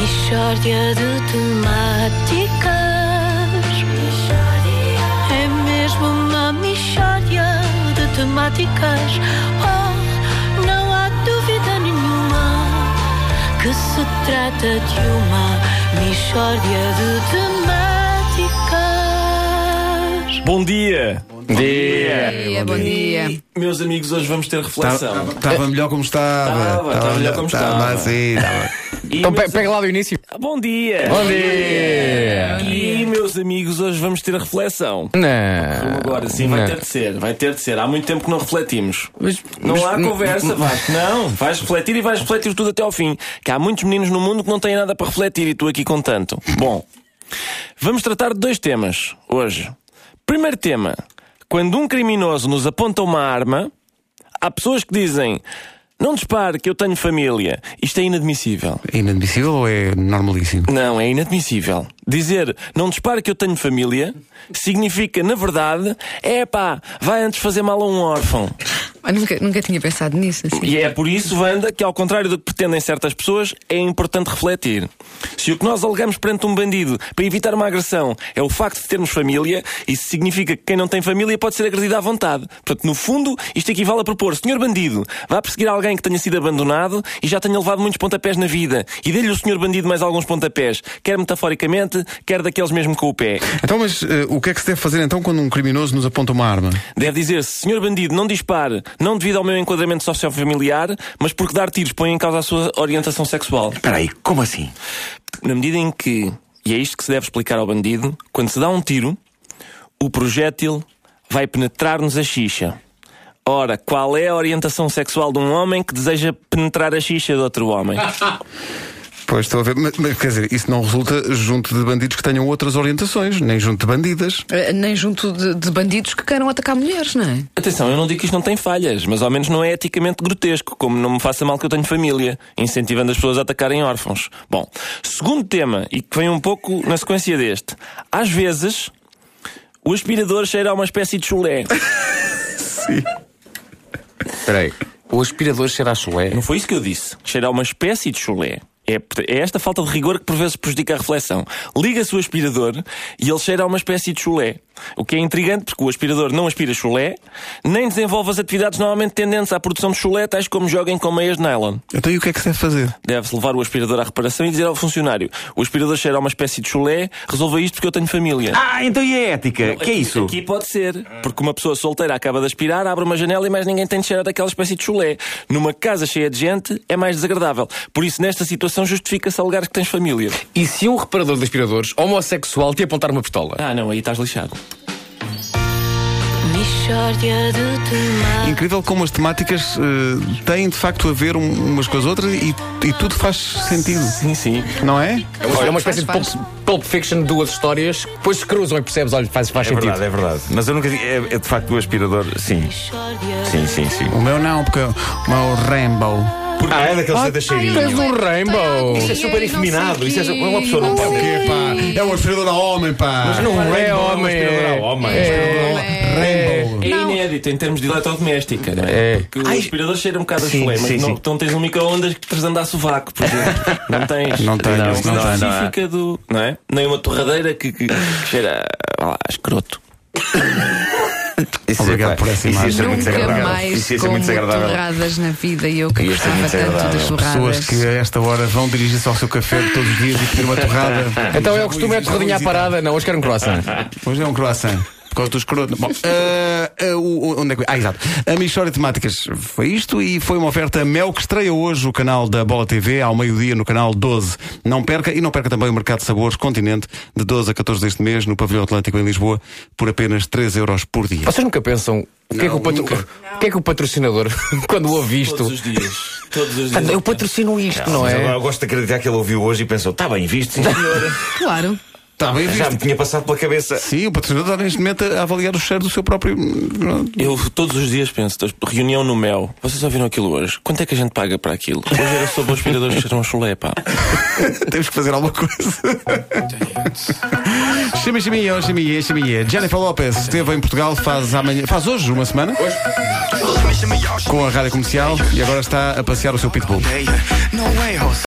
Mistória de temáticas. É mesmo uma mistória de temáticas. Oh, não há dúvida nenhuma que se trata de uma mistória de temáticas. Bom dia! Dia! dia, bom dia. Meus amigos, hoje vamos ter reflexão. É. Estava melhor como estava. Estava, estava melhor como estava. assim, estava. E, Então pe- meus- pega lá do início. Bom dia! Bom dia! E, meus amigos, hoje vamos ter a reflexão. Não. Agora sim, vai não. ter de ser, vai ter de ser. Há muito tempo que não refletimos. Mas- Não mas- há conversa, Vasco. Não, vais refletir e vais refletir tudo até ao fim. Que há muitos meninos no mundo que não têm nada para refletir e tu aqui com tanto. Bom, vamos tratar de dois temas hoje. Primeiro tema: quando um criminoso nos aponta uma arma, há pessoas que dizem. Não dispare que eu tenho família. Isto é inadmissível. Inadmissível ou é normalíssimo? Não, é inadmissível. Dizer não dispara que eu tenho família significa, na verdade, é pá, vai antes fazer mal a um órfão. Ah, nunca, nunca tinha pensado nisso assim. E é por isso, Wanda, que ao contrário do que pretendem certas pessoas, é importante refletir. Se o que nós alegamos perante um bandido para evitar uma agressão é o facto de termos família, isso significa que quem não tem família pode ser agredido à vontade. Portanto, no fundo, isto equivale a propor, senhor bandido, vá perseguir alguém que tenha sido abandonado e já tenha levado muitos pontapés na vida. E dê-lhe o senhor bandido mais alguns pontapés, quer metaforicamente, quer daqueles mesmo com o pé. Então, mas eh, o que é que se deve fazer então quando um criminoso nos aponta uma arma? Deve dizer-se, senhor bandido, não dispare, não devido ao meu enquadramento sociofamiliar, mas porque dar tiros põe em causa a sua orientação sexual. Espera aí, como assim? Na medida em que, e é isto que se deve explicar ao bandido, quando se dá um tiro, o projétil vai penetrar-nos a xixa. Ora, qual é a orientação sexual de um homem que deseja penetrar a xixa de outro homem? Pois estou a ver, mas, mas, quer dizer, isso não resulta junto de bandidos que tenham outras orientações, nem junto de bandidas. Eh, Nem junto de, de bandidos que queiram atacar mulheres, não é? Atenção, eu não digo que isto não tem falhas, mas ao menos não é eticamente grotesco, como não me faça mal que eu tenho família, incentivando as pessoas a atacarem órfãos. Bom, segundo tema, e que vem um pouco na sequência deste. Às vezes, o aspirador cheira a uma espécie de chulé. Espera aí. O aspirador cheira a chulé. Não foi isso que eu disse. Cheira a uma espécie de chulé. É, é esta falta de rigor que por vezes prejudica a reflexão. Liga-se o aspirador e ele cheira a uma espécie de chulé. O que é intrigante porque o aspirador não aspira chulé, nem desenvolve as atividades normalmente tendentes à produção de chulé, tais como joguem com meias de nylon. Então, e o que é que se deve fazer? Deve-se levar o aspirador à reparação e dizer ao funcionário: o aspirador cheira a uma espécie de chulé, resolva isto porque eu tenho família. Ah, então e a ética? que é Aqui- isso? Aqui pode ser. Porque uma pessoa solteira acaba de aspirar, abre uma janela e mais ninguém tem de cheirar daquela espécie de chulé. Numa casa cheia de gente é mais desagradável. Por isso, nesta situação, justifica-se alegar que tens família. E se um reparador de aspiradores homossexual te apontar uma pistola? Ah, não, aí estás lixado. Mistória de temáticas. Incrível como as temáticas eh, têm de facto a ver um- umas com as outras e, e tudo faz sentido, Sim, sim. não é? É uma- é uma espécie de pulp, faz, pulp fiction de duas histórias que depois se cruzam e percebes, olha, faz, faz É sentido. verdade, é verdade. Mas eu nunca vi. É, é de facto o aspirador. Sim, sim, sim, sim. O meu não, porque o meu Rambo. Ah, é daquele jeito da Tens um rainbow. Isso é super efeminado. Isso é su- uma pessoa não É pode. o quê, pá? É um aspirador a homem, pá. Mas não É é homem. homem, aspirador é. a homem. Rambo. É Não. inédito em termos de eletrodoméstica, não é? É. Porque o aspirador cheira um bocado a Sim, chulé, mas sim, não, sim. não tens um micro-ondas que te anda a sovaco, por exemplo. não tens. Não tens, É uma não, questão não, não. específica do. Não é? Nem uma torradeira que, que- que cheira a a escroto. Isso é, Obrigado pá, por essa isso ia imagem. ser muito Nunca desagradável. mais Isso ia ser muito como desagradável. torradas na vida e eu que Ia ser gostava muito tanto das desagradável. Pessoas torradas. que a esta hora vão dirigir-se ao seu café de todos os dias e pedir uma torrada. Então Já é o vou costume, é hesitar, torradinha à vou hesitar. parada. Não, hoje quero um croissant. Hoje é um croissant. Por causa do escroto. Bom, ah, ah, o- o- onde é que... Ah, exato. A Michória de Temáticas foi isto e foi uma oferta Mel que estreia hoje o canal da Bola TV ao meio-dia no canal 12. Não perca e não perca também o Mercado de Sabores Continente de 12 a 14 deste mês no Pavilhão Atlântico em Lisboa por apenas 3 euros por dia. Vocês nunca pensam o que, é que o Não, patro- nunca. o que é que o patrocinador, quando ouve isto, "Ah, Todos os dias. Todos os dias. eu patrocino isto, não, Mas é? agora Eu gosto de acreditar que ele ouviu hoje e pensou: está bem visto, sim, senhor. Claro. Está bem Já visto. me tinha passado pela cabeça. Sim, o patrocinador está neste momento a avaliar o cheiro do seu próprio. hum, Eu todos os dias penso, das- reunião no Mel, vocês ouviram aquilo hoje? Quanto é que a gente paga para aquilo? Hoje era sobre os aspiradores que cheiram a chulé, pá. Temos que fazer alguma coisa. oh, Chama, chama, chama, chama. Jennifer Lopez esteve em Portugal faz amanhã, faz hoje uma semana. Com a rádio comercial e agora está a passear o seu pitbull. No way, Jose.